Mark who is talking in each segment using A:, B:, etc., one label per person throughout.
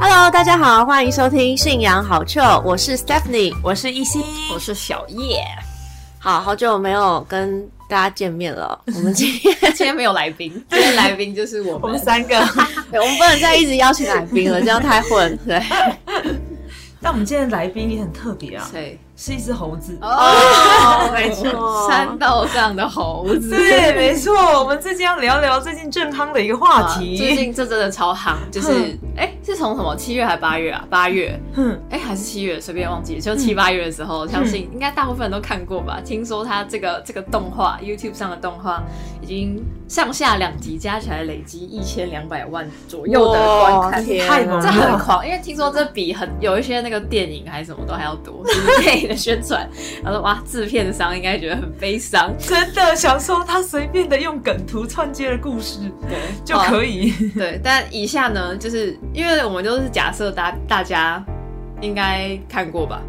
A: Hello，大家好，欢迎收听《信仰好臭》，我是 Stephanie，
B: 我是一心，
C: 我是小叶。
A: 好好久没有跟大家见面 了，我们今天
C: 今天没有来 宾，今天来宾就是我们，
B: 我们三个。
A: 对我们不能再一直邀请来宾了，这样太混。对，
B: 但我们今天的来宾也很特别啊，
C: 谁？
B: 是一只猴子。
C: 哦，
A: 没错
C: 山道上的猴子。
B: 对，没错，我们最近要聊聊最近正康的一个话
C: 啊
B: 题。
C: 最近这真的超夯，就是哎、是从什么七月还八月啊？八月
B: 嗯，
C: 哎、还是七月，随便忘记了，就七
B: 嗯
C: 八月的时候，相信应该大部分人都看过吧。听说他这个这个动画 YouTube 上的动画已经上下两集加起来累积一千两百万左右的观看。
A: 天
B: 太猛
C: 哎这
B: 了
C: 很狂，因为听说这比很有一些那个电影还是什么都还要多，就是电影的宣传。 他说哇，制片商应该觉得很悲 伤，
B: 真的想说他随便的用梗图串接了故事
C: 对，哦
B: 就可以。
C: 对，但以下呢，就是因为我们都是假设大大家应该看过吧，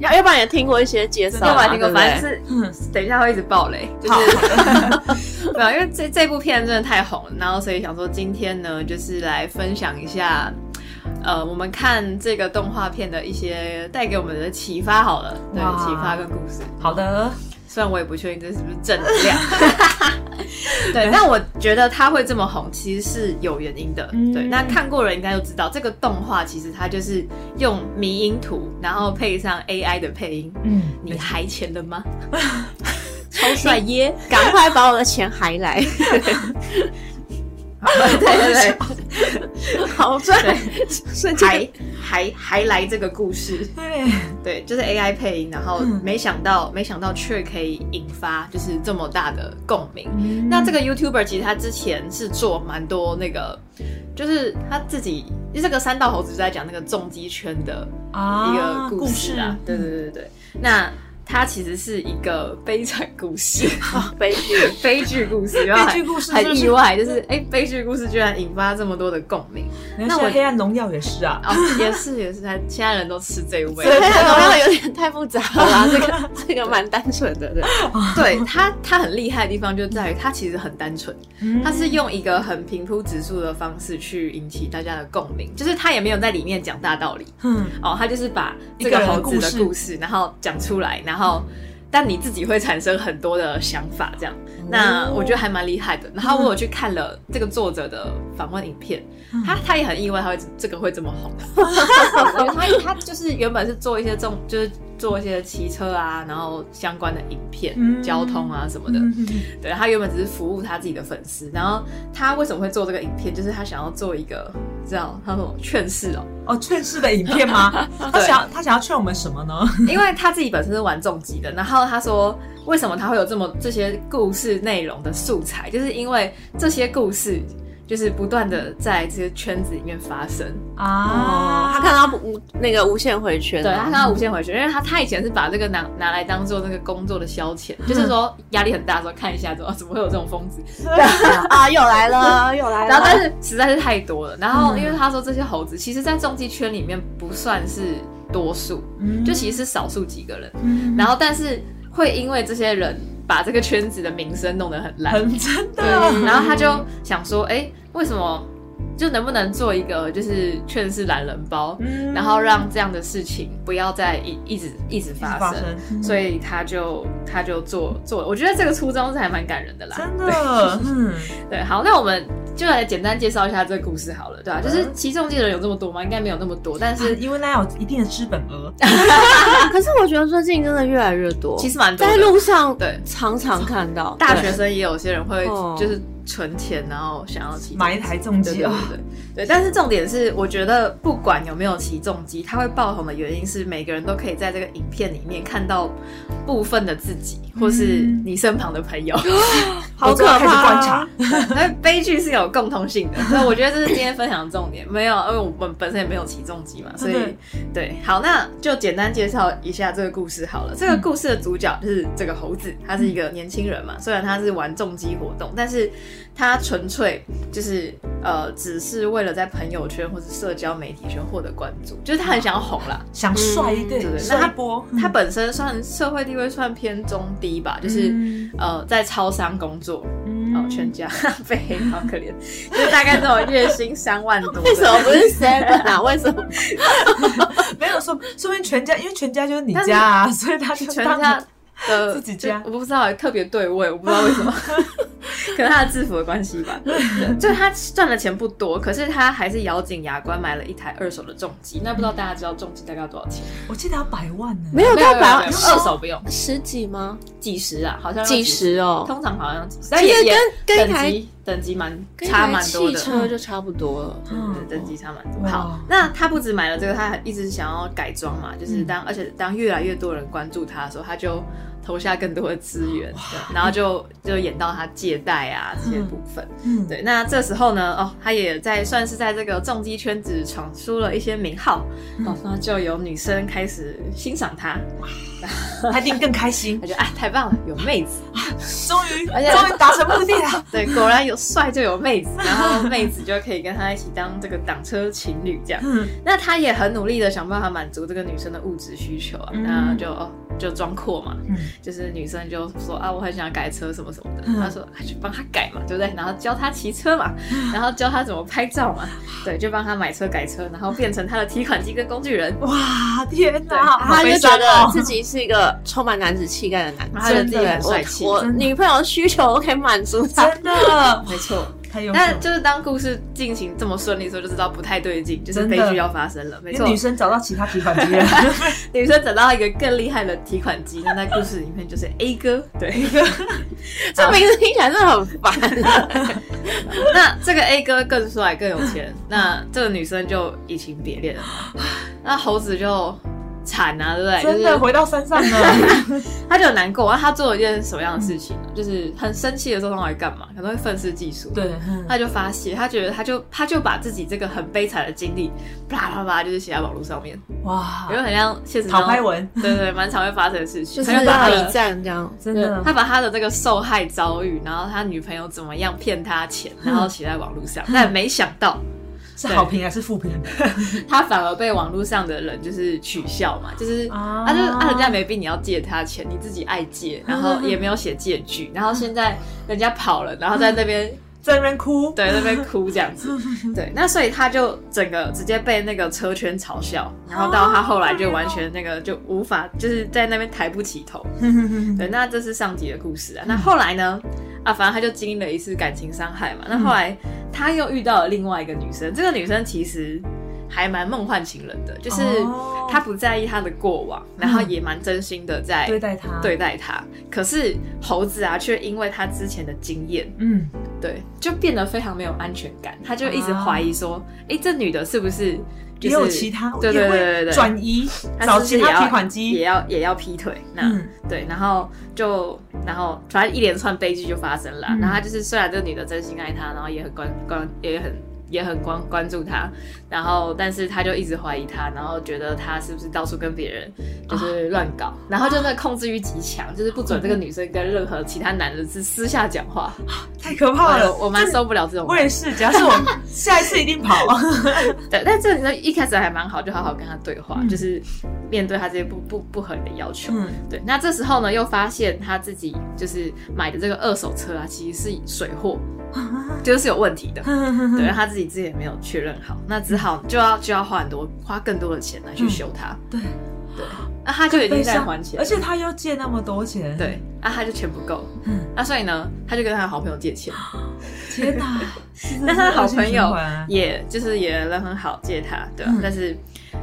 A: 要要不然也听过一些介绍
C: 要不
A: 啊，
C: 然听过，
A: 对不对
C: 反正是
B: 嗯，
C: 等一下会一直爆雷，就是
B: 好，
C: 对啊，因为这这部片真的太红了，然后所以想说今天呢，就是来分享一下。呃，我们看这个动画片的一些带给我们的启发好了，对，
B: 哇
C: 启发跟故事。
B: 好的，
C: 虽然我也不确定这是不是正能 量，对，但我觉得它会这么红，其实是有原因的。
B: 嗯
C: 对，那看过的人应该就知道，这个动画其实它就是用迷音图，然后配上 AI 的配音。
B: 嗯，
C: 你还钱了吗？超帅耶！
A: 赶快把我的钱还来。
C: 对对
A: 好，所以所以
C: 对，
A: 这个
C: 还还还来这个故事，
B: 对，
C: 对，就是 AI 配音，然后
B: 嗯
C: 没想到没想到却可以引发就是这么大的共鸣。那这
B: 个
C: 个 YouTuber 其实他之前是做蛮多那个，就是他自己，因为这个三道猴子就在讲那个重击圈的一个故事啊，对
B: 嗯
C: 对对对对。那它其实是一个悲惨故事，
A: 悲剧，
C: 悲剧故事，然后
B: 悲
C: 还
B: 剧故事
C: 啊很意。外，就是哎、悲剧故事居然引发这么多的共鸣。
B: 那
C: 那我
B: 我黑暗农药也是啊，
C: 哦，也是也是，他现在人都吃这一 味。
A: 对，好像有点太复杂了啦，这个这个蛮单纯的，对。
C: 对他，他很厉害的地方就在于他其实很单纯，
B: 嗯
C: 他是用一个很平铺直述的方式去引起大家的共鸣，就是他也没有在里面讲大道理
B: 嗯
C: 哦，他就是把这个猴子
B: 一个人的故
C: 的
B: 事
C: 故事，然后讲出来，然后但你自己会产生很多的想法，这样。
B: 哦
C: 那我觉得还蛮厉害的。然后我有去看了这个作者的访问影片，
B: 嗯
C: 他他也很意外，他会这个会这么红。 对他他就是原本是做一些这种，就是做一些骑车啊，然后相关的影片、
B: 嗯
C: 交通啊什么的。
B: 嗯
C: 对他原本只是服务他自己的粉丝，然后他为什么会做这个影片，就是他想要做一个，你知道他说劝世哦，
B: 哦，劝世的影 片吗？他想他想要劝我们什么呢？
C: 因为他自己本身是玩重疾的，然后他说为什么他会有这么这些故事内容的素材，就是因为这些故事就是不断的在这些圈子里面发生。
A: 哦，
B: 啊
A: 他看到无那个无限回圈，啊
C: 对他看到无限回旋，因为他他以前是把这个拿拿来当做那个工作的消遣，就是说压力很大的时候看一下，怎哦么怎么会有这种疯子？
A: 啊，又来了， 又来了。
C: 然后但是实在是太多了。然后
B: 嗯
C: 因为他说这些猴子，其实在重机圈里面不算是多数，
B: 嗯
C: 就其实是少数几个人。
B: 嗯
C: 然后但是会因为这些人把这个圈子的名声弄得很烂，
B: 很真
C: 对
B: 的，，
C: 然后他就想说，哎，为什么就能不能做一个就是劝世懒人包，
B: 嗯
C: 然后让这样的事情不要再一一直一直发
B: 发
C: 生。
B: 生，嗯
C: 所
B: 以
C: 以他就他就做做，我觉得这个初衷是还蛮感人的啦。
B: 真 的，嗯，
C: 对，好，那我们就来简单介绍一下这个故事好了，对吧、啊就是骑重机的人有这么多吗？应该没有那么多，但
B: 是
C: 是
B: 因为那有一定的资本额，
A: 可是我觉得最近真的越来越多，
C: 其实蛮多的。
A: 在路上
C: 对
A: 常常看到
C: 大学生也有些人会
A: 哦
C: 就是存钱，然后想要骑
B: 买一台重
C: 对
B: 机
C: 对
B: 啊
C: 对，对对，但是重点是，我觉得不管有没有起重机，它会爆红的原因是每个人都可以在这个影片里面看到部分的自己，或是
B: 嗯
C: 你身旁的朋友。
A: 好可怕啊
B: 我开始
C: 啊
B: 观察，
C: 那悲剧是有共通 性的，所以我觉得这是今天分享的重点。没有，因为我们本身也没有起重机嘛，所以
B: 嗯对
C: 对，好，那就简单介绍一下这个故事
B: 嗯
C: 好了。这个故事的主角就是这个猴子，他是一个年轻人嘛，虽然他是玩重机活动，但是他纯粹就是呃，只是为了在朋友圈或者社交媒体圈获得关注，就是他很想要红啦。
B: 想帅一点
C: 嗯对，对
B: 帅一波。
C: 他
B: 嗯
C: 本身算社会地位算偏中低吧，就是、呃，在超商工作，
B: 嗯
C: 哦，全家 被黑，好可怜，就是大概这种月薪三万多的，
A: 为什么不 是 seven 啊？为什么？
B: 嗯没有说，说明全家，因为全家就是你家啊，所以他就
C: 全
B: 当
C: 家的
B: 自己家
C: 就我不知道特别对位，我不知道 为什么，可能他的制服的关系吧。对就他赚的钱不多，可是他还是咬紧牙关买了一台二手的重机。那不知道大家知道重机大概要多少钱？
B: 我记得要百万呢，
A: 没有到百万
C: 没有没有没有二手不用，
A: 十几吗？
C: 几十啊，好像要
A: 几
C: 十，
A: 十哦，
C: 通常好像几十，但
A: 其
C: 也
A: 实
C: 也
A: 跟跟一
C: 等
A: 台
C: 级等级蛮
A: 跟一
C: 差
A: 台
C: 蛮多
A: 汽
C: 的。
A: 车就差不多了。
B: 嗯
C: 对，等级差蛮多。
B: 哇
C: 好，那他不止买了这个，他还一直想要改装嘛，
B: 嗯
C: 就是当、而且当越来越多人关注他的时候，他就投下更多的资源，对然后就就演到他借贷啊这些部分。
B: 嗯，
C: 对，那这时候呢，哦，他也在算是在这个重击圈子闯出了一些名号，
B: 嗯
C: 哦，那就有女生开始欣赏他，
B: 他一定更开 心
C: 他，就哎太棒了，有妹子，
B: 终于
C: 而且
B: 终于达成目的 了。
C: 对，果然有帅就有妹子，然后妹子就可以跟他一起当这个挡车情侣这样。
B: 嗯，
C: 那他也很努力的想办法满足这个女生的物质需求啊，
B: 嗯
C: 那就哦就装阔嘛，
B: 嗯
C: 就是女生就说啊我很想改车什么什么的，
B: 嗯
C: 他说啊去帮他改嘛，对不对？然后教他骑车嘛，
B: 嗯
C: 然后教他怎么拍照嘛，对，就帮他买车改车，然后变成他的提款机跟工具人。
B: 哇，天
C: 对
B: 哪，好
A: 他就
B: 悲
A: 觉
B: 伤
A: 得
B: 哦！
A: 自己是一个充满男子气概的男子，
C: 然后他觉得自己
A: 真的
C: 很帅气
A: 我我
B: 真的
A: 女朋友的需求我可以满足她。
B: 真的，
C: 没错，
B: 太优秀
C: 但
B: 了。
C: 就是当故事进行这么顺利的时候，就知道不太对劲，就是
B: 真
C: 悲
B: 的
C: 剧要发生了。没
B: 因
C: 错，
B: 为女生找到其他提款 机了，
C: 女生找到一个更厉害的提款机，那在故事里面就是 A 哥，对 A 哥。
A: 这名字听起来真的很烦。
C: 那这个 A 哥更帅更有钱，那这个女生就移情别 恋了嘛。那猴子就惨啊，对不对？
B: 真
C: 就
B: 的
C: 是
B: 回到山上了。
C: 他就很难过。那他做了一件什么样的事情呢？啊就是很生气的时候，他会干嘛？可能会愤世嫉俗。
B: 嗯对，嗯
C: 他就发泄，他觉得他就他就把自己这个很悲惨的经历，啪啪啪，就是写在网络上面，
B: 嗯哇
C: 因，为很像现实中
B: 讨啊拍，文，啊
C: 对对 对，蛮常会发生的事 情。
A: 就是
C: 他把
A: 拉
C: 他的
A: 一站这样，
B: 真
C: 对
B: 的
C: 他把他的这个受害遭遇，然后他女朋友怎么样骗他钱，然后写在网络上，但没想到
B: 是好评还是负评？
C: 他反而被网络上的人就是取笑嘛，就是
B: 啊
C: 他就是啊，人家没逼你要借他钱，你自己爱借，然后也没有写借据，然后现在人家跑了，然后在那边
B: 在那边哭，
C: 对那边哭这样子，对，那所以他就整个直接被那个车圈嘲笑，然后到他后来就完全那个就无法就是在那边抬不起头，
B: 嗯
C: 对，那这是上集的故事啊。那后来呢？啊，反正他就经历了一次感情伤害嘛。那后来他又遇到了另外一个女生，这个女生其实还蛮梦幻情人的，就是
B: 哦嗯
C: 她不在意他的过往，然后也蛮真心的在
B: 对待他，
C: 对，待他。可是猴子啊，却因为他之前的经验，
B: 嗯，
C: 对，就变得非常没有安全感。他就一直怀疑说，诶，这女的是不是就
B: 哦也
C: 是
B: 有其他，
C: 对对对对
B: 也
C: 对
B: 会转移
C: 她是
B: 找
C: 不是
B: 其
C: 也
B: 他
C: 要
B: 提款
C: 也
B: 机，
C: 要也要劈腿？那、
B: 嗯，
C: 对，然后就然后反正一连串悲剧就发生了啊、
B: 嗯
C: 然后他就是虽然这个女的真心爱他，然后也很关关也很也很关关注他，然后但是他就一直怀疑他，然后觉得他是不是到处跟别人就是乱搞，
B: 啊
C: 然后就那个控制欲极强，就是不准这个女生跟任何其他男人是私下讲话。
B: 太可怕
C: 对
B: 了，
C: 我蛮
B: 真的
C: 受不了这种
B: 我。也是，只要 是我下一次一定跑。
C: 对，但这个女生一开始还蛮好，就好好跟他对话，
B: 嗯
C: 就是面对他这些不不不合理的要求。
B: 嗯，
C: 对，那这时候呢，又发现他自己就是买的这个二手车啊，其实是水货，就是有问题的。
B: 嗯
C: 对，啊他自己自己也没有确认好，那只好就要就要花很多花更多的钱
B: 嗯
C: 来去修它。
B: 对，
C: 对，那他就已经在还钱
B: 而，且他又借那么多钱，，
C: 对，那他就钱不够，
B: 嗯
C: 那所以呢，他就跟他的好朋友借钱，
B: 天哪！嗯
C: 那他的好朋友
B: 也
C: 也就是也人很好借他，对、啊
B: 啊嗯
C: 但是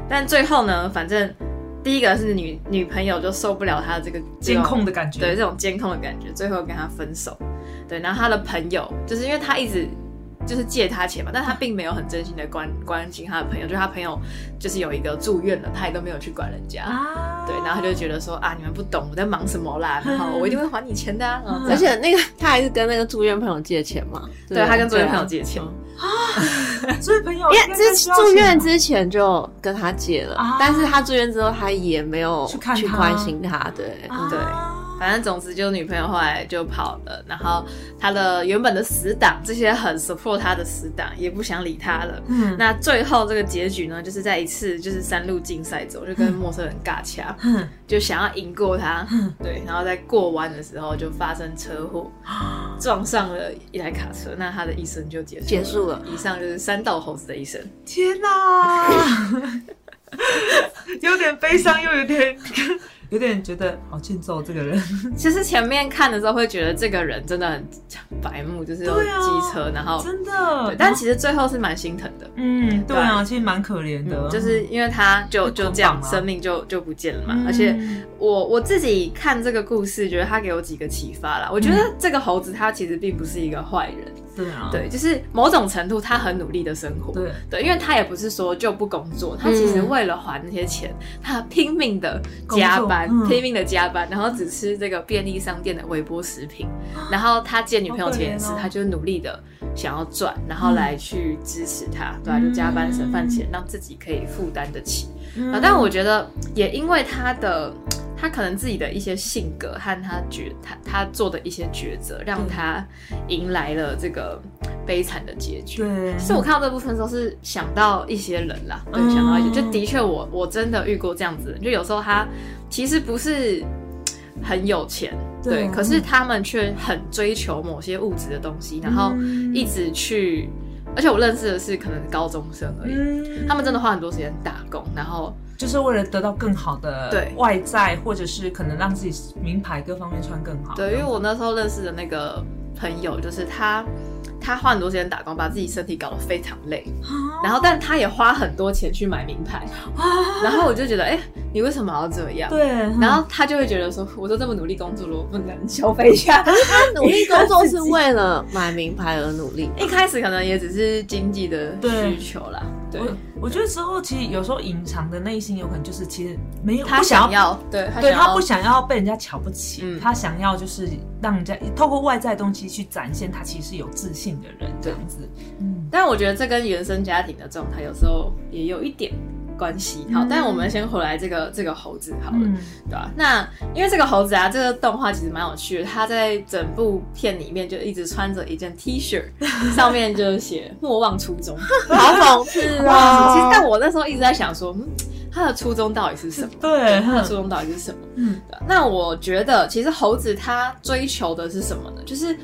C: 但最后呢，反正第一个是女女朋友就受不了他的这个这
B: 监
C: 种
B: 控的感觉，
C: 对这种监控的感觉，最后跟他分手。对，然后他的朋友就是因为他一直就是借他钱嘛，但他并没有很真心的关关心他的朋友，就他朋友就是有一个住院了，他也都没有去管人家。
B: 啊，
C: 对，然后他就觉得说啊，你们不懂我在忙什么啦，然后我一定会还你钱的、啊。然后这
A: 而
C: 样
A: 且那个他还是跟那个住院朋友借钱嘛，不
C: 对他跟住
A: 啊
C: 院朋友借钱，
B: 所以朋
C: 哎
B: 友
A: 因
B: 应
A: 为
B: 该
A: 之
B: 需要
A: 住院
B: 钱
A: 之前就跟他借了
B: 啊，
A: 但是他住院之后他也没有
B: 去看
A: 去
B: 他
A: 关心他，对，
B: 啊
C: 对反正总之就女朋友后来就跑了，然后他的原本的死党，这些很 support 他的死党也不想理他了。
B: 嗯，
C: 那最后这个结局呢，就是在一次就是山路竞赛中，就跟陌生人尬 掐，
B: 哼
C: 就想要赢过 他，对，然后在过弯的时候就发生车 祸，撞上了一台卡车，那他的一生就结束
A: 结束 了。
C: 以上就是三道猴子的一生。
B: 天哪，有点悲伤，又有点有点觉得好欠揍这个人。
C: 其实前面看的时候会觉得这个人真的很白目，就是有
B: 对啊
C: 机车，然后
B: 真的
C: 哦对，，但其实最后是蛮心疼的。
B: 嗯，对啊，
C: 对
B: 其实蛮可怜的，
C: 嗯，就是因为他就
B: 就
C: 就
B: 捆绑
C: 这样，
B: 了
C: 生命就就不见了嘛。
B: 嗯
C: 而且我我自己看这个故事，觉得他给我几个启发
B: 嗯
C: 啦。我觉得这个猴子他其实并不是一个坏人，
B: 对啊，
C: 对，啊就是某种程度他很努力的生活，
B: 对，
C: 对，因为他也不是说就不工作，他其实为了还那些钱，他拼命的加班，
B: 嗯工作嗯
C: 拼命的加班，然后只吃这个便利商店的微波食品。然后他见女朋友钱也是
B: 嗯好可怜哦，嗯
C: 他就努力的想要赚，然后来去支持他，对啊吧？就加班省饭钱，让自己可以负担得起。
B: 嗯
C: 啊，但我觉得也因为他的。他可能自己的一些性格和他觉他他做的一些抉择，让他迎来了这个悲惨的结局。
B: 对，
C: 其实我看到这部分的时候是想到一些人啦，对，
B: 嗯
C: 想到一些，就的确我我真的遇过这样子的人，就有时候他其实不是很有钱，
B: 对
C: 对，可是他们却很追求某些物质的东西，然后
B: 嗯
C: 一直去，而且我认识的是可能高中生而已。
B: 嗯
C: 他们真的花很多时间打工，然后
B: 就是为了得到更好的
C: 对
B: 外在，或者是可能让自己名牌各方面穿更好。
C: 对，因为我那时候认识的那个朋友，就是他，他花很多时间打工，把自己身体搞得非常累，然后但他也花很多钱去买名 牌，
B: 啊，
C: 然后我就觉得，哎、你为什么要这样？
B: 对，
C: 然后他就会觉得说，我都这么努力工作了，我不能消费一下。
A: 他努力工作是为了买名牌而努 力，
C: 一开始可能也只是经济的需求啦，对，
B: 我我觉得之后其实有时候隐藏的内心有可能就是其实没有
C: 他
B: 不想
C: 想
B: 要。
C: 要，对，
B: 对他
C: 他
B: 不想要被人家瞧不起，
C: 嗯
B: 他想要就是让人家透过外在东西去展现他其实是有自信的人这
C: 对
B: 样子。嗯，
C: 但我觉得这跟原生家庭的状态有时候也有一点关系。好，
B: 嗯
C: 但我们先回来这个这个猴子好了，
B: 嗯
C: 对吧、那因为这个猴子啊，这个动画其实蛮有趣的，他在整部片里面就一直穿着一件 T 恤，上面就写“莫忘初衷”，
A: 好讽刺
B: 啊
C: 哇！其实，
A: 哦。
C: 但我那时候一直在想说，嗯，他的初衷到底是什么？
B: 对
C: 他的初衷到底是什么？
B: 嗯
C: 对那我觉得，其实猴子他追求的是什么呢？就是，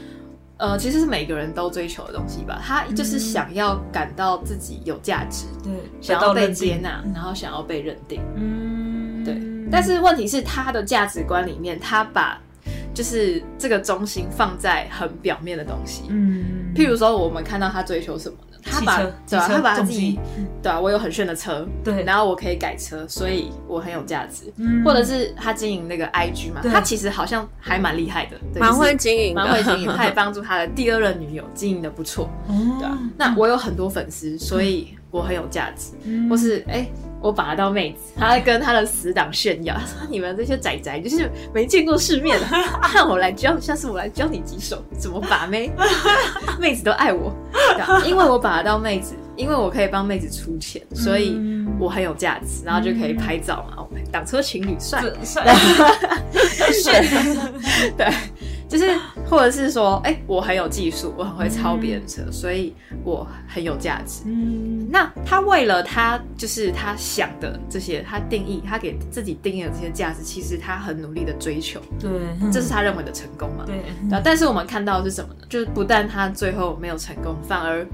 C: 呃，其实是每个人都追求的东西吧。他就是想要感到自己有价值，
B: 对，
C: 想要被
B: 认
C: 接
B: 定，
C: 纳，然后想要被认定。
B: 嗯，
C: 对，但是问题是，他的价值观里面，他把就是这个中心放在很表面的东西。
B: 嗯，
C: 譬如说，我们看到他追求什么呢？他
B: 汽
C: 把
B: 车
C: 对啊，
B: 汽车
C: 他把他
B: 重
C: 自己
B: 心嗯
C: 对啊，我有很炫的车，
B: 对，
C: 然后我可以改车，所以我很有价值。
B: 嗯
C: 或者是他经营那个 IG 嘛，
B: 对
C: 他其实好像还蛮厉害的，对
A: 蛮会
C: 就是
A: 经营的，
C: 蛮会经 营，他也帮助他的第二任女友经营的不错，
B: 哦
C: 对啊。那我有很多粉丝，所以我很有价值，
B: 嗯
C: 或是哎、我把他当妹子，他在跟他的死党炫耀，他说你们这些仔仔就是没见过世面啊，看我来教，下次我来教你几手怎么把妹， 妹子都爱我，对啊因为我把他当妹子，因为我可以帮妹子出钱，所以。
B: 嗯
C: 我很有价值，然后就可以拍照嘛，哦，挡车情侣帅，
B: 这 帅，
C: 对，就是或者是说，哎、我很有技术，我很会超别人车，所以我很有价值。
B: 嗯，
C: 那他为了他就是他想的这些，他定义他给自己定义的这些价值，其实他很努力的追求，
B: 嗯对，
C: 这是他认为的成功嘛？
B: 对，嗯
C: 对啊，但是我们看到的是什么呢？就是不但他最后没有成功，反而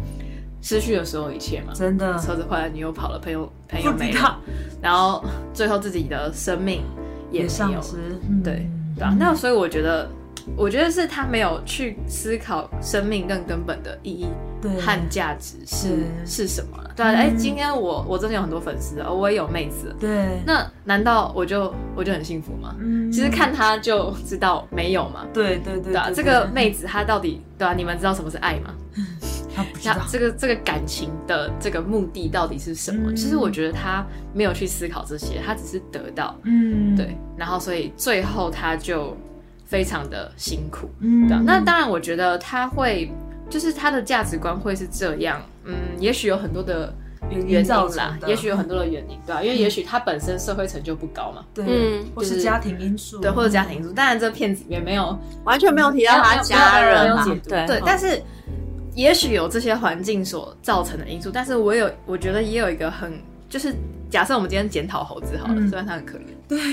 C: 失去了所有一切嘛。
B: 真的，
C: 车子坏了，女友跑了，朋友朋友
B: 嗯不
C: 没
B: 知
C: 了，
B: 道
C: 然后最后自己的生命也
B: 也
C: 没有
B: 丧
C: 了。
B: 失，
C: 对
B: 嗯
C: 对啊，那所以我觉得，我觉得是他没有去思考生命更根本的意义
B: 对
C: 和价值是
B: 嗯对
C: 是什么了。对啊，
B: 嗯
C: 哎、今天我我真的有很多粉丝，哦我也有妹子了，
B: 对，
C: 那难道我就我就很幸福吗？
B: 嗯
C: 其实看他就知道没有嘛。
B: 对对对
C: 对啊，这个妹子她到底对啊？你们知道什么是爱吗？
B: 他不知
C: 那
B: 道，
C: 这个这个感情的这个目的到底是什么？
B: 嗯
C: 其实我觉得他没有去思考这些，他只是得到
B: 嗯，
C: 对，，啊然后所以最后他就非常的辛苦。
B: 嗯
C: 对啊、那当然，我觉得他会，就是他的价值观会是这样，嗯，也许有很多的原
B: 原因造
C: 因
B: 成
C: 啦，
B: 的，嗯
C: 也许有很多的原因，对吧、因为也许他本身社会成就不高嘛，
B: 对，
A: 嗯
B: 或是
C: 就是
B: 家庭因素，
C: 对，或者家庭因素。当然，这片子里面没有
A: 完全没有提到
C: 没有没
A: 他
C: 有
A: 家
C: 没
A: 人
C: 有
A: 嘛
C: 解，读
B: 嗯
A: 对
C: 对，但是也许有这些环境所造成的因素，但是我有，我觉得也有一个很，就是假设我们今天检讨猴子好了，
B: 嗯
C: 虽然它很可怜，对，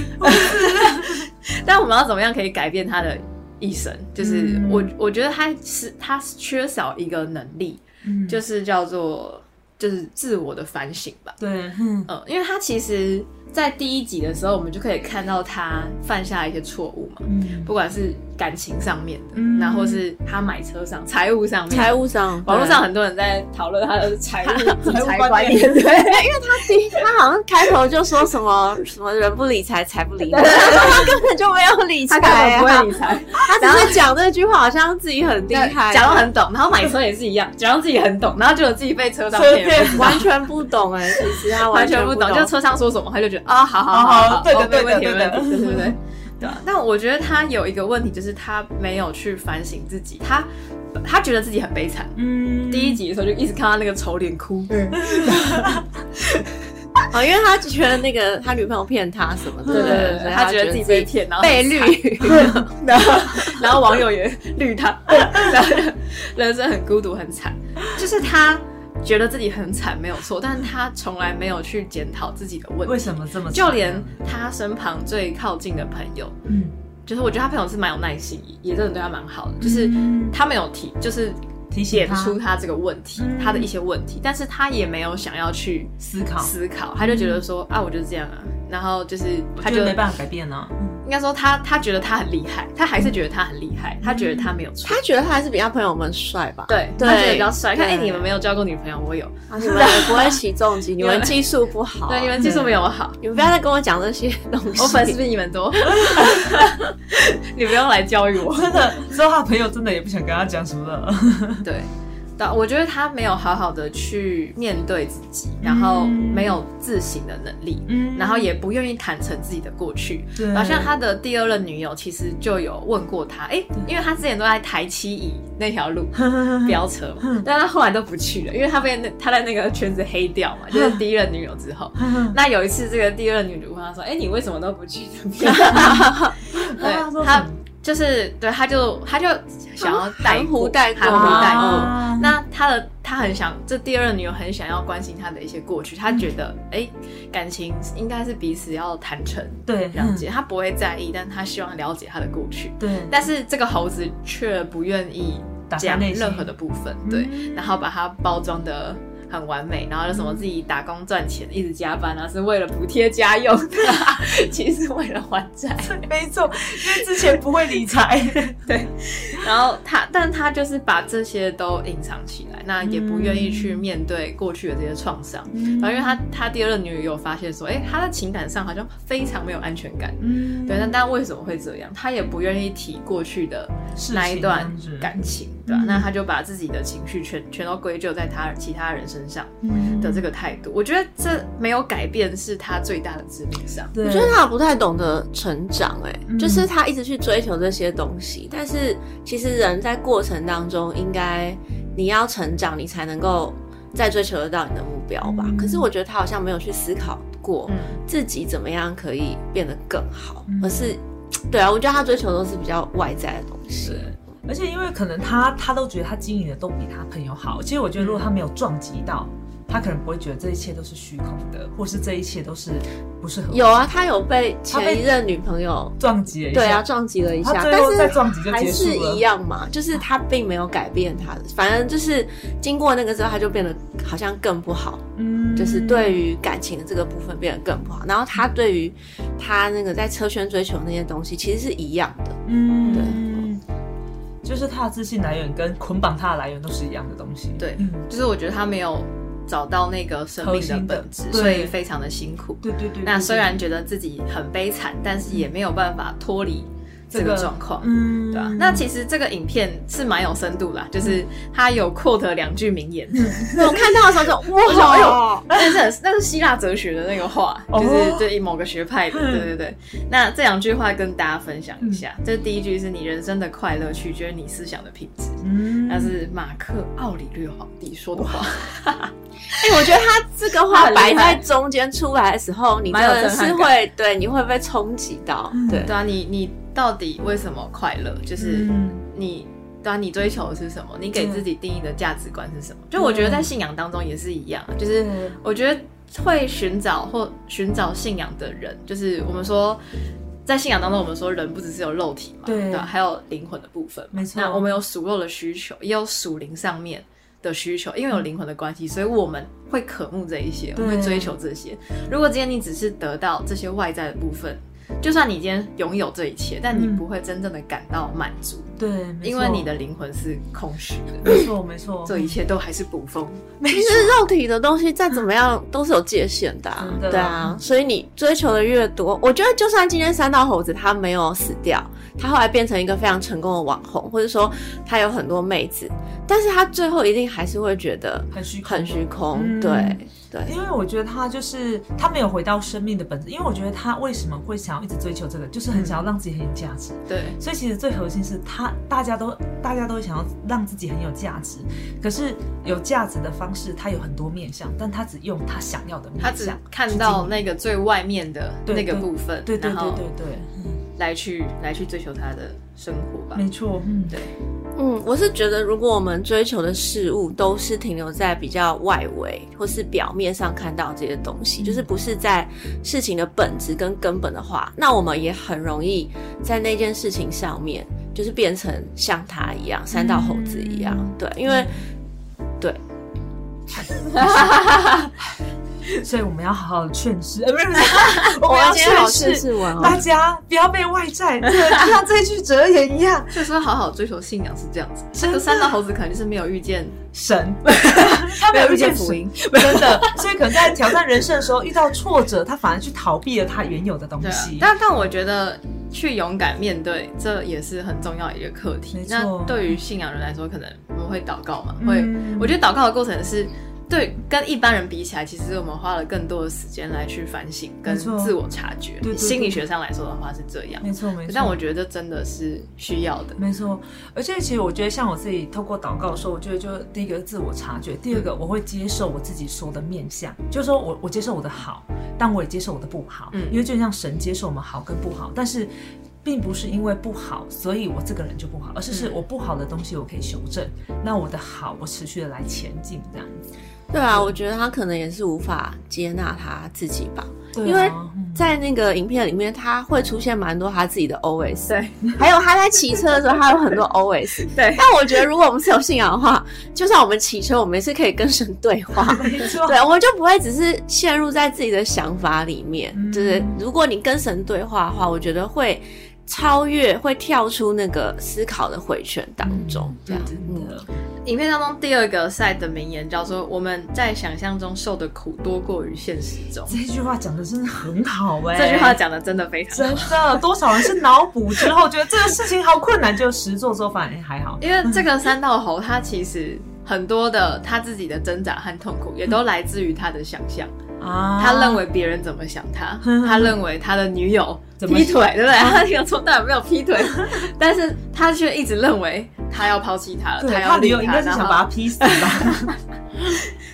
C: 但我们要怎么样可以改变它的一生？就是
B: 嗯
C: 我，我觉得它是它缺少一个能力，
B: 嗯
C: 就是叫做就是自我的反省吧。
B: 对，嗯
C: 嗯，因为他其实，在第一集的时候，我们就可以看到他犯下一些错误嘛，
B: 嗯
C: 不管是感情上面的，
B: 嗯
C: 然后是他买车上、财务上面、
A: 财。务上，
C: 网络
A: 对啊
C: 上很多人在讨论他的财务理
B: 财务
C: 财
B: 观
C: 观
B: 念
C: 念，对，因为
A: 他好像开头就说什么什么人不理财，财不 理我，他根本就没有理
C: 他根
A: 财
C: 本不
A: 啊
C: 会，理财，
A: 他只是讲这句话，好像自己很厉害，
C: 假装很懂，然后买车也是一样，假装自己很懂，然后就有自己被车上骗，不知道
A: 完全不懂 哎，其实他
C: 完
A: 全
C: 全不
A: 懂
C: 懂，，就车上说什么他就觉得啊，好好好好，对对对对。啊但我觉得他有一个问题，就是他没有去反省自己，他他觉得自己很悲惨。
B: 嗯，
C: 第一集的时候就一直看到那个丑脸哭，
A: 嗯，哦，因为他觉得那个他女朋友骗他什么的，
C: 对对对，他觉得自己被骗，然后
A: 被绿，
C: 然后然后网友也绿他，然后人生很孤独很惨，就是他觉得自己很惨没有错，但是他从来没有去检讨自己的问
B: 为
C: 题，
B: 什么这么惨呢？
C: 就连他身旁最靠近的朋友，
B: 嗯，
C: 就是我觉得他朋友是蛮有耐心，也真的对他蛮好的，就是他没有提，就是
B: 嗯提醒
C: 点
B: 他
C: 出他这个问题，
B: 嗯
C: 他的一些问题，但是他也没有想要去
B: 思考，
C: 思考，他就觉
B: 嗯
C: 得说啊，我就这样啊，然后就是他
B: 他
C: 就嗯
B: 就没办法改变呢。
C: 应该说他他觉得他很厉害，他还是觉得他很厉害，他觉得 他没有错
B: 嗯
A: 他。觉得他还是比他朋友们帅吧？
C: 对，
A: 对
C: 他觉得比较帅。看，哎、
A: 对
C: 你们没有交过女朋友，我有。
A: 啊， 你们也不会起重机，你们技术不好，啊
C: 对，你们技术没有我好，
A: 你们不要再跟我讲这些东西，
C: 我粉丝比你们多。 你不要来教育我。
B: 真的，之后他朋友真的也不想跟他讲什么了。
C: 对，但我觉得他没有好好的去面对自己，然后没有自省的能力，
B: 嗯
C: 然后也不愿意坦诚自己的过去。
B: 对，
C: 好 像他的第二任女友其实就有问过他，哎、因为他之前都在台七乙那条 路 飙车
A: 嗯
C: 嘛，但他后来都不去了，因为他被那他在那个圈子黑掉
A: 嗯
C: 嘛，就是第一任女友之后。那有一次，这个第二任女主问他说：“哎、你为什么都不 去这边？”
B: 他说
C: 对，
B: 什
C: 他
B: 么
C: 就是对，他就他就想要带
A: 含糊带过
C: 含糊带过。哦
B: 啊
C: 那他的他很想，这第二任女友很想要关心他的一些过去，他觉得哎、感情应该是彼此要坦诚
B: 对
C: 了解，他不会在意，但他希望了解他的过去。
B: 嗯对，
C: 但是这个猴子却不愿意
B: 打开
C: 讲
B: 内心
C: 任何的部分，对，
B: 嗯
C: 然后把它包装的很完美，然后就什么自己打工赚钱，一直加班啊，是为了补贴家 用，其实是为了还债。
B: 没错，因为之前不会 理财，
C: 然后他，但他就是把这些都隐藏起来，那也不愿意去面对过去的这些创伤。然后，因为他他第二任女友有发现说，哎，他在情感上好像非常没有安全感。
B: 嗯
C: 对，但但为什么会这样？他也不愿意提过去的
B: 事
C: 那一
B: 情
C: 段
B: 这样子
C: 感情，对吧、
B: 嗯
C: 那他就把自己的情绪全全都归咎在他其他人身上
B: 嗯
C: 的这个态度，我觉得这没有改变是他最大的致命伤。
B: 对，
A: 我觉得他不太懂得成长、哎、
B: 嗯
A: 就是他一直去追求这些东西，但是其实人在过程当中，应该你要成长，你才能够再追求得到你的目标吧。
B: 嗯
A: 可是我觉得他好像没有去思考过
C: 嗯，
A: 自己怎么样可以变得更好，
B: 嗯
A: 而是对啊，我觉得他追求的都是比较外在的东西。
B: 而且因为可能他他都觉得他经营的都比他朋友好，其实我觉得如果他没有撞击到，他可能不会觉得这一切都是虚空的，或是这一切都是不是很
A: 有啊，他有被
B: 他被
A: 前一任女朋友
B: 撞击了一下，
A: 对啊撞击了一下，
B: 他
A: 但
B: 最后
A: 是
B: 再撞击就
A: 还
B: 结
A: 是
B: 束了，
A: 一样嘛，就是他并没有改变他的，反正就是经过那个之后，他就变得好像更不好，
B: 嗯
A: 就是对于感情的这个部分变得更不好。然后他对于他那个在车圈追求那些东西，其实是一样的。
B: 嗯对。就是他的自信来源跟捆绑他的来源都是一样的东西。
C: 对
B: 嗯
C: 就是我觉得他没有找到那个生
B: 核
C: 命的
B: 心的
C: 本质，
B: 对
C: 所以非常的辛苦。
B: 对对对对。
C: 那
B: 对
C: 虽然觉得自己很悲惨，但是也没有办法脱离这
B: 这
C: 个
B: 个
C: 状况。
B: 嗯，
C: 对啊，那其实这个影片是蛮有深度啦，啊就是他有 quote 两句名言，
A: 我看到的时候就
C: 我想哎
A: 哇，
C: 那是很那是希腊哲学的那个话，
B: 哦
C: 就是对于某个学派的，
B: 嗯
C: 对对对。那这两句话跟大家分享一下，这第一句是你人生的快乐取决于你思想的品质，
B: 嗯
C: 那是马克·奥里略皇帝说的话。哎、我觉得他
A: 这个话摆在中间出来的时候，你真的是
C: 蛮有震撼
A: 会对，你会被冲击到
B: 嗯。
A: 对
C: 对，啊，你你到底为什么快乐？就是
B: 嗯，
C: 你。对啊，你追求的是什么？你给
B: 对
C: 自己定义的价值观是什么？
B: 嗯
C: 就我觉得在信仰当中也是一样，啊就是
B: 对
C: 我觉得会寻找或寻找信仰的人，就是我们说，在信仰当中，我们说人不只是有肉体嘛，
B: 对
C: 吧？还有灵魂的部分嘛。
B: 没错
C: 那我们有属肉的需求，也有属灵上面的需求，因为有灵魂的关系，所以我们会渴慕这一些，我
B: 对
C: 们会追求这些。如果今天你只是得到这些外在的部分，就算你今天拥有这一切，但你
B: 嗯
C: 不会真正的感到满足，
B: 对，嗯没错
C: 因为你的灵魂是空虚的，
B: 没错没错，
C: 这一切都还是捕风。
B: 没
A: 其
B: 错，
A: 实肉体的东西再怎么样都是有界限的,、啊
B: 嗯真的
A: 对啊，所以你追求的越多，我觉得就算今天三道猴子他没有死掉，他后来变成一个非常成功的网红，或者说他有很多妹子，但是他最后一定还是会觉得
B: 很虚空
A: 很虚空，
B: 嗯
A: 对对，
B: 因为我觉得他就是他没有回到生命的本质，因为我觉得他为什么会想要一直追求这个，就是很想要让自己很有价值。
C: 对，
B: 所以其实最核心是他，大家都大家都想要让自己很有价值，可是有价值的方式，他有很多面向，但他只用他想要的面
C: 他
B: 向，
C: 只看到那个最外面的
B: 对
C: 那个部分，
B: 对对
C: 然
B: 对
C: 后
B: 对对，嗯
C: 来去来去追求他的生活吧。
B: 没错，嗯，
C: 对，
A: 嗯，我是觉得，如果我们追求的事物都是停留在比较外围或是表面上看到这些东西，
B: 嗯
A: 就是不是在事情的本质跟根本的话，那我们也很容易在那件事情上面，就是变成像他一样三道猴子一样。
B: 嗯
A: 对，因为对，
B: 所以我们要好好劝世，呃，不是不是，我
A: 我
B: 们要
A: 今天好
B: 劝
A: 试
B: 世。
A: 试玩
B: 大
A: 哦。
B: 家不要被外在，这个就像这句哲言一样，
C: 所以说好好追求信仰是这样子。这
B: 真
C: 个
B: 的
C: 三道猴子可能就是没有遇见，
B: 神，他没有遇见
C: 福
B: 福
C: 音
B: 音，，真的，所以可能在挑战人生的时候遇到挫折，他反而去逃避了他原有的东
C: 对啊
B: 西。。
C: 但但我觉得去勇敢面对，这也是很重要的一个课题
B: 没。错
C: 那对于信仰人来说，可能我们会祷告嘛，会。
B: 嗯
C: 我觉得祷告的过程是。对，跟一般人比起来，其实我们花了更多的时间来去反省跟
B: 没错
C: 自我察觉。
B: 对对对
C: 心理学上来说的话是这样，
B: 没错没错，
C: 但我觉得这真的是需要的。
B: 没错，而且其实我觉得，像我自己透过祷告的时候，我觉得就第一个自我察觉，第二个我会接受我自己说的面相，就是说我我接受我的好，但我也接受我的不好，
C: 嗯
B: 因为就像神接受我们好跟不好，但是。并不是因为不好，所以我这个人就不好，而是是
C: 嗯
B: 我不好的东西我可以修正，那我的好我持续的来前进这样子。
A: 对啊，我觉得他可能也是无法接纳他自己吧，
B: 对啊、
A: 因为
B: 嗯
A: 在那个影片里面，他会出现蛮多他自己的 OS。
C: 对
A: 还有他在骑车的时候，他有很多 OS。
C: 对
A: 但我觉得，如果我们是有信仰的话，就算我们骑车，我们也是可以跟神对话。
B: 没错，
A: 对，我们就不会只是陷入在自己的想法里面。
B: 嗯
A: 就是如果你跟神对话的话，我觉得会超越，会跳出那个思考的回圈当中。这样，
B: 嗯真的，
C: 影片当中第二个赛的名言叫做“我们在想象中受的苦多过于现实 中
B: 这句话讲的真的很好哎、”，
C: 这句话讲的真的非常好
B: 真的，多少人是脑补之后觉得这个事情好困难，就实做之后反而还好。
C: 因为这个三道猴，他其实很多的他自己的挣扎和痛苦，也都来自于他的想象。
B: 啊
C: 他认为别人怎么想 他，他认为他的女友
B: 怎么
C: 劈腿，对不对？他女友从来没有劈腿， 但是他却一直认为他要抛弃他了，
B: 对
C: 要
B: 他
C: 离
B: 理由
C: 他，
B: 应该是
C: 然
B: 想
C: 后
B: 把他劈死吧？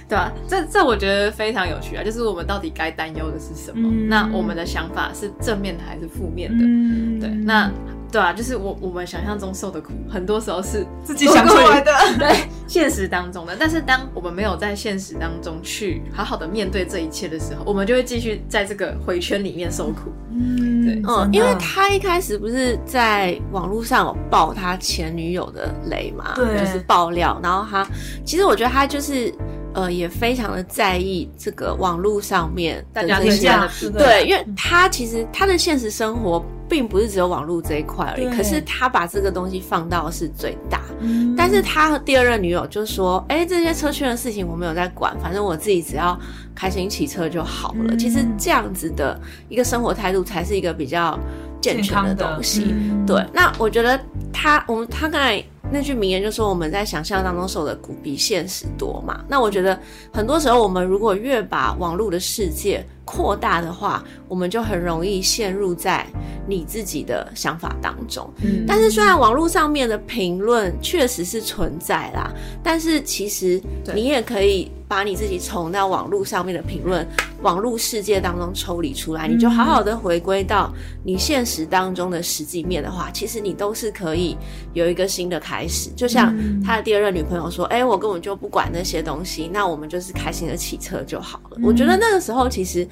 C: 对啊，这这我觉得非常有趣啊，就是我们到底该担忧的是什么？
B: 嗯
C: 那我们的想法是正面的还是负面的？
B: 嗯
C: 对，那对啊，就是我我们想象中受的苦，很多时候是
B: 自己想出来的，
C: 对现实当中的。但是当我们没有在现实当中去好好的面对这一切的时候，我们就会继续在这个回圈里面受苦。
B: 嗯
C: 对
A: 嗯，因为他一开始不是在网络上有爆他前女友的雷嘛，
B: 对
A: 就是爆料，然后他其实我觉得他就是呃也非常的在意这个网络上面
C: 大
A: 的
C: 家
A: 这
C: 评
A: 些
C: 价
B: 是的
A: 对，因为他其实他的现实生活并不是只有网络这一块而已，
B: 对
A: 可是他把这个东西放到是最大。
B: 嗯
A: 但是他和第二任女友就说：“哎、这些车圈的事情我没有在管，反正我自己只要开心骑车就好了。
B: 嗯
A: 其实这样子的一个生活态度才是一个比较健
B: 健
A: 全
B: 康
A: 的东西。
B: 嗯
A: 对，那我觉得他，我们他刚才那句名言就说我们在想象当中受的苦比现实多嘛。那我觉得很多时候我们如果越把网络的世界扩大的话，我们就很容易陷入在你自己的想法当中。
C: 嗯
A: 但是虽然网络上面的评论确实是存在啦，但是其实
C: 对
A: 你也可以把你自己从那网络上面的评论、网络世界当中抽离出
C: 嗯
A: 来，你就好好的回归到你现实当中的实际面的话，其实你都是可以有一个新的开始。就像
B: 嗯
A: 他的第二任女朋友说：“哎、我根本就不管那些东西，那我们就是开心的骑车就好了。我觉
C: 嗯
A: 得那个时候其实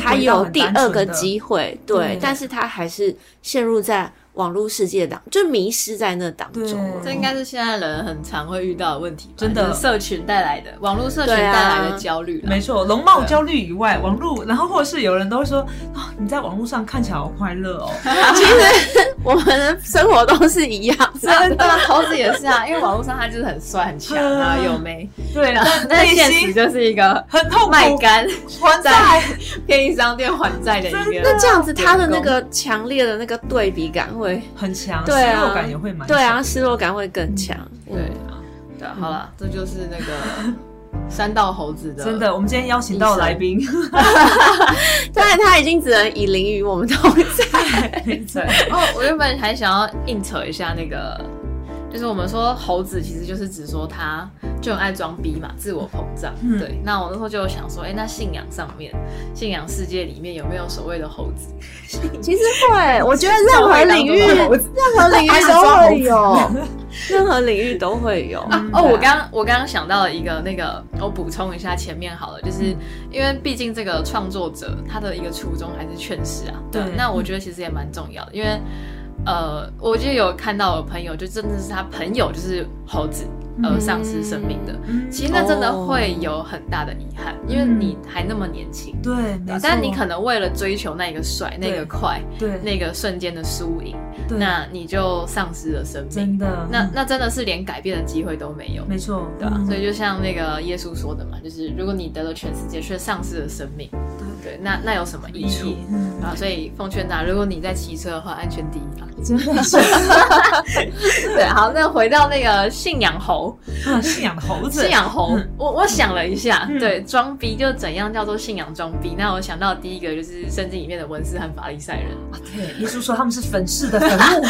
A: 他有第二个机会，对
B: 对，
A: 但是他还是陷入在网络世界当，就迷失在那当中了。
B: 对
C: 这应该是现在人很常会遇到的问题吧，
B: 真的
C: 就是社群带来的，网络社群
A: 对啊
C: 带来的焦虑啦
B: 没错，容貌焦虑以外，网络，然后或者是有人都会说啊，你在网络上看起来好快乐哦，
A: 其实我们的生活都是一样的，
C: 真的，猴子也是啊，因为网络上他就是很帅很强，
B: 嗯
C: 然后有妹，
B: 对，
C: 然后
B: 但
C: 但
B: 内
C: 现实
B: 心
C: 就是一个
B: 很痛苦，
C: 卖干
B: 还债，
C: 便利商店还债的一
B: 真
C: 个
A: 那。这样子他的那个强烈的那个对比感会，
B: 很强，失
A: 对啊
B: 落感也会蛮
A: 对啊，
B: 强，
A: 失落感会更强。嗯
C: 对对，好了，这就是那个山道猴子的，
B: 真的，我们今天邀请到来宾，
A: 但他已经只能以邻与我们同在。
C: 对，然后我原本还想要硬扯一下那个，就是我们说猴子其实就是指说他就很爱装逼嘛，自我膨胀。
B: 嗯
C: 对，那我那时候就有想说，哎、那信仰上面，信仰世界里面有没有所谓的猴子？
A: 其实会，我觉得任何领域，
C: 社会当中的猴子
A: 任何 领域都会有，任何领域都会有。
C: 啊
B: 嗯
A: 对
C: 哦，
A: 啊
C: 我刚我刚刚想到了一个那个，我补充一下前面好了，就是因为毕竟这个创作者他的一个初衷还是劝世啊，
B: 对
C: 那我觉得其实也蛮重要的，因为呃，我就有看到我朋友，就真的是他朋友就是猴子而
B: 嗯
C: 丧失生命的，
B: 嗯
C: 其实那真的会有很大的遗憾，因为你还那么年轻。
B: 对，哦嗯没错
C: 但你可能为了追求那个帅、那个快、
B: 对
C: 那个瞬间的输赢，
B: 对
C: 那你就丧失了生命
B: 真。的
C: 那那真的是连改变的机会都没有，
B: 没错，
C: 对吧、
B: 嗯
C: 所以就像那个耶稣说的嘛，就是如果你得了全世界却丧失了生命，对，那那有什么益处？
B: 嗯
C: 啊，所以奉劝大家，如果你在骑车的话，安全第 一吧。
B: 真的是啊
C: 对，好，那回到那个信仰猴，
B: 啊信仰的猴子，
C: 信仰猴，
B: 嗯
C: 我我想了一下，
B: 嗯
C: 对，装逼就怎样叫做信仰装逼？那我想到第一个就是圣经里面的文斯和法利赛人，
B: 对，耶稣说他们是粉饰的坟 墓，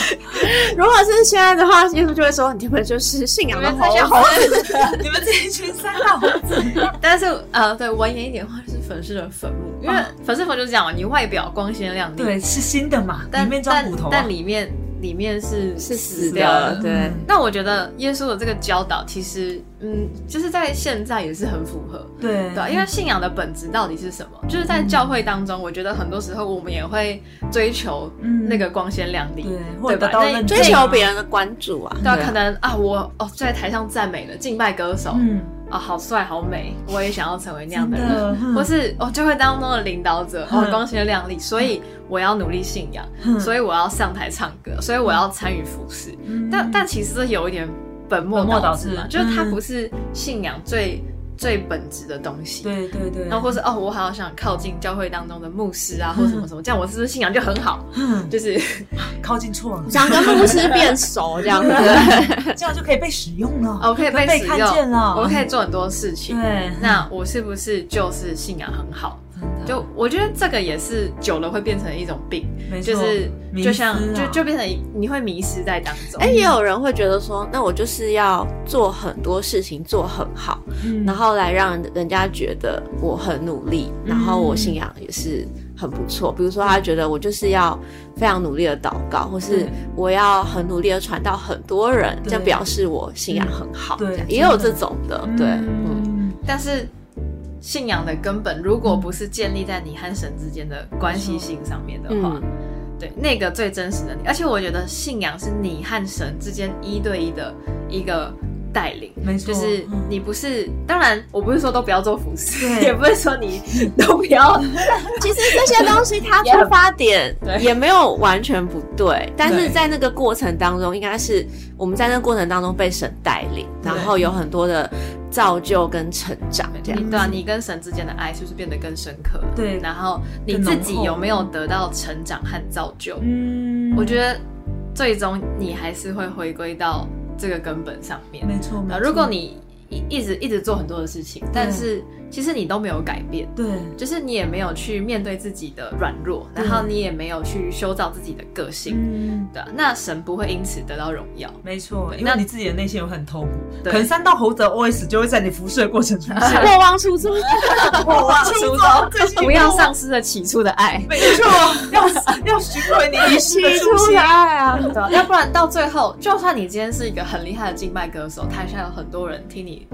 A: 如果是现在的话，耶稣就会说你们就是信仰的
C: 这些
A: 猴。
C: 子，
B: 你们这一群三大猴子，
C: 但是呃，对，文言一点的话就是粉饰的坟墓，因为
B: 啊
C: 粉饰坟就是这样嘛，你外表光鲜亮丽，
B: 对，是新的嘛，
C: 但
B: 里面装骨头啊，
C: 但但里面里面是
A: 是
C: 死
A: 死
C: 掉
A: 的，
C: 的。
A: 对，
C: 那我觉得耶稣的这个教导，其实嗯，就是在现在也是很符合，
B: 对
C: 对吧，啊因为信仰的本质到底是什么？就是在教会当中，我觉得很多时候我们也会追求
B: 嗯
C: 那个光鲜亮丽，
B: 对，或者
C: 对吧
B: 得到
C: 那
B: 认
A: 追
B: 证啊
A: 求别人的关注啊。
C: 对啊，可能啊，我哦在台上赞美了敬拜歌手，
B: 嗯，
C: 啊，好帅好美，我也想要成为那样的
B: 真的
C: 人，
B: 嗯
C: 或是我就会当中的领导者，
B: 嗯
C: 哦，光鲜亮丽，所以我要努力信仰，
B: 嗯
C: 所以我要上台唱歌，所以我要参与服饰。
B: 嗯
C: 但但其实这有一点本末
B: 本末
C: 倒
B: 倒
C: 置
B: 置
C: 嘛，就是它
B: 嗯
C: 不是信仰最最本质的东西。
B: 嗯对对对，
C: 然后或是哦，我好想靠近教会当中的牧师啊，或什么什么，这样我是不是信仰就很好？
B: 嗯
C: 就是
B: 靠近错了，
A: 想跟牧师变熟这 样子，
B: 这样就可以被使用了，
C: 哦，我可以被
B: 被
C: 使
B: 看
C: 用
B: 见了，
C: 我可以做很多事情。
B: 哦对，嗯
C: 那我是不是就是信仰很好？
B: 真的
C: 就我觉得这个也是久了会变成一种病，
B: 没错
C: 就是
B: 迷
C: 就像
B: 思啊
C: 就就变成一你会迷失在当中。
A: 哎，也有人会觉得说，那我就是要做很多事情做很好，
B: 嗯
A: 然后来让人家觉得我很努力，然后我信仰也是很不错。比如说，他觉得我就是要非常努力的祷告，或是
B: 对
A: 我要很努力的传到很多人，
B: 对
A: 这样表示我信仰很好。
B: 对
A: 这样
B: 真
A: 也有
B: 的
A: 这种的，对，嗯，
B: 嗯，
C: 但是信仰的根本，如果不是建立在你和神之间的关系性上面的话，
A: 嗯
C: 对那个最真实的你。而且我觉得信仰是你和神之间一对一的一个带领。
B: 没错，
C: 就是
B: 嗯
C: 你不是，当然我不是说都不要做服饰，
B: 对
C: 也不是说你都不要
A: 其实这些东西它
C: 也很
A: 出发点
C: 对
A: 也没有完全不对，但
B: 对
A: 是在那个过程当中，应该是我们在那个过程当中被神带领，
B: 对
A: 然后有很多的造就跟成长， 这样，
C: 你对啊，你跟神之间的爱是不是变得更深刻了？
B: 对
C: 然后你
B: 更浓
C: 自
B: 厚
C: 己有没有得到成长和造就？
B: 嗯，
C: 我觉得最终你还是会回归到这个根本上面。
B: 没错，没
C: 啊，
B: 错嗯
C: 如果你一一直一直做很多的事情，但是其实你都没有改变，
B: 对，
C: 就是你也没有去面对自己的软弱，
B: 对
C: 然后你也没有去修造自己的个性，
B: 嗯，
C: 对啊、那神不会因此得到荣耀。
B: 没错，因为
C: 那
B: 你自己的内心有很痛苦，
C: 对
B: 可能三道猴子的 OS 就会在你服侍的过 程中
A: 莫忘初衷，
B: 我忘初衷，最新，
C: 不要丧失了起初的爱
B: 没错，要要寻回你遗失的初心。
A: 来啊！
C: 对啊、要不然到最后，就算你今天是一个很厉害的敬拜歌手，台下有很多人听你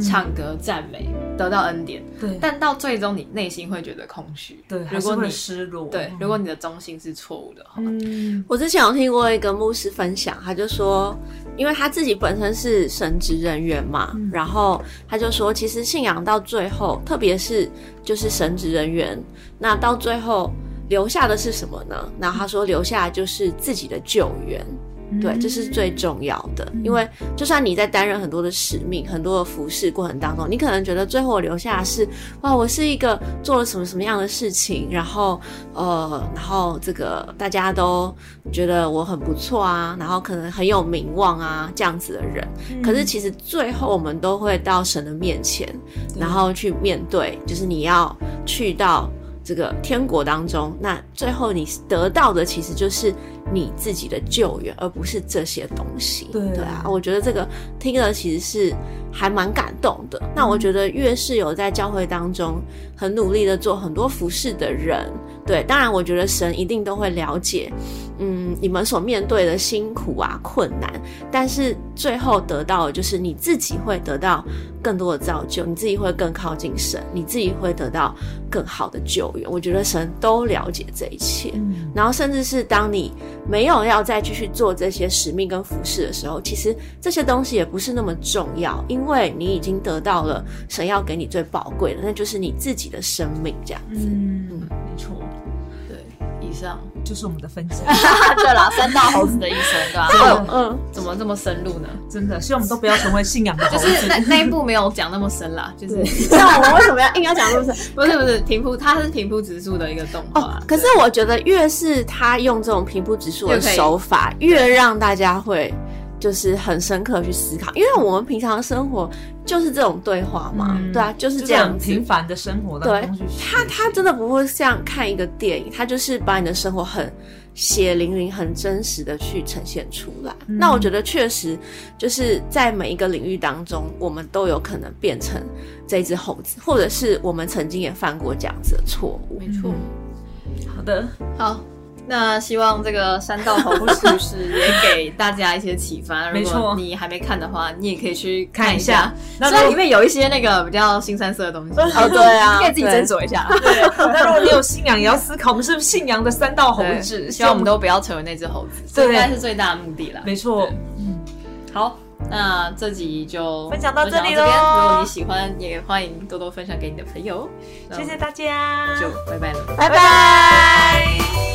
C: 唱歌赞美，得到恩典，
B: 嗯对，
C: 但到最终你内心会觉得空虚。
B: 对，还
C: 如
B: 是
C: 果
B: 会
C: 你
B: 失落。
C: 对，如果你的中心是错误的话，
B: 嗯，
A: 我之前有听过一个牧师分享，他就说，因为他自己本身是神职人员嘛，
B: 嗯
A: 然后他就说，其实信仰到最后，特别是就是神职人员，那到最后留下的是什么呢？然后他说，留下的就是自己的救援。
B: 嗯
A: 对，这是最重要的，因为就算你在担任很多的使命、很多的服饰过程当中，你可能觉得最后我留下的是哇，我是一个做了什么什么样的事情，然后呃，然后这个大家都觉得我很不错啊，然后可能很有名望啊这样子的人，
B: 嗯
A: 可是其实最后我们都会到神的面前，
B: 对
A: 然后去面对，就是你要去到这个天国当中，那最后你得到的其实就是你自己的救援，而不是这些东西。
B: 对
A: 啊，我觉得这个听了其实是还蛮感动的。那我觉得越是有在教会当中很努力的做很多服饰的人，对，当然我觉得神一定都会了解，嗯，你们所面对的辛苦啊、困难，但是最后得到的就是你自己会得到更多的造就，你自己会更靠近神，你自己会得到更好的救援。我觉得神都了解这一切，
B: 嗯
A: 然后甚至是当你没有要再继续做这些使命跟服饰的时候，其实这些东西也不是那么重要，因为你已经得到了神要给你最宝贵的，那就是你自己的生命。这样子，
B: 嗯，没错，
C: 对，以上
B: 就是我们的分享，
C: 对啦，三大猴子的一生，对吧、啊
A: 嗯
B: 嗯
A: 嗯，
C: 怎么这么深入呢？
B: 真的，希望我们都不要成为信 仰的猴
C: 就
B: 子。
C: 是那那一步没有讲那么深啦，就是
B: 对
A: 那我们为什么要硬要讲入神？
C: 不是不是平铺，它是平铺直述的一个动画。啊
A: 哦，可是我觉得越是他用这种平铺直述的
C: 越可以
A: 手法，越让大家会就是很深刻地去思考，因为我们平常生活就是这种对话嘛，
B: 嗯
A: 对啊，就
B: 就是是
A: 这样
B: 很
A: 子
B: 平凡的生活当中去学
A: 他他真的不会像看一个电影，他就是把你的生活很血淋淋、很真实的去呈现出来。
B: 嗯
A: 那我觉得确实就是在每一个领域当中，我们都有可能变成这只猴子，或者是我们曾经也犯过这样子的错误。
C: 没错，
B: 好的，
C: 好。那希望这个山道猴子故事也给大家一些启发。
B: 没
C: 如
B: 错
C: 果你还没看的话，你也可以去看一
B: 看
C: 下。
B: 那
C: 虽
B: 如果
C: 然里面有一些那个比较新三色的东 西，
A: 哦对啊
C: 可以自己
A: 对
C: 斟酌一下。
B: 对，那如果你有信仰，也要思考我们是不是信仰的三道 猴
C: 对
B: 子。
C: 希望我们都不要成为那只猴子，这
B: 对
C: 应该是最大的目的啦。
B: 没错，嗯
C: 好，那这集就
B: 分享到这
C: 分享
B: 里
C: 边
B: 咯
C: 如果你喜欢，也欢迎多多分享给你的朋友。
B: 谢谢大家，
C: 那我们就拜拜了。
A: 拜拜。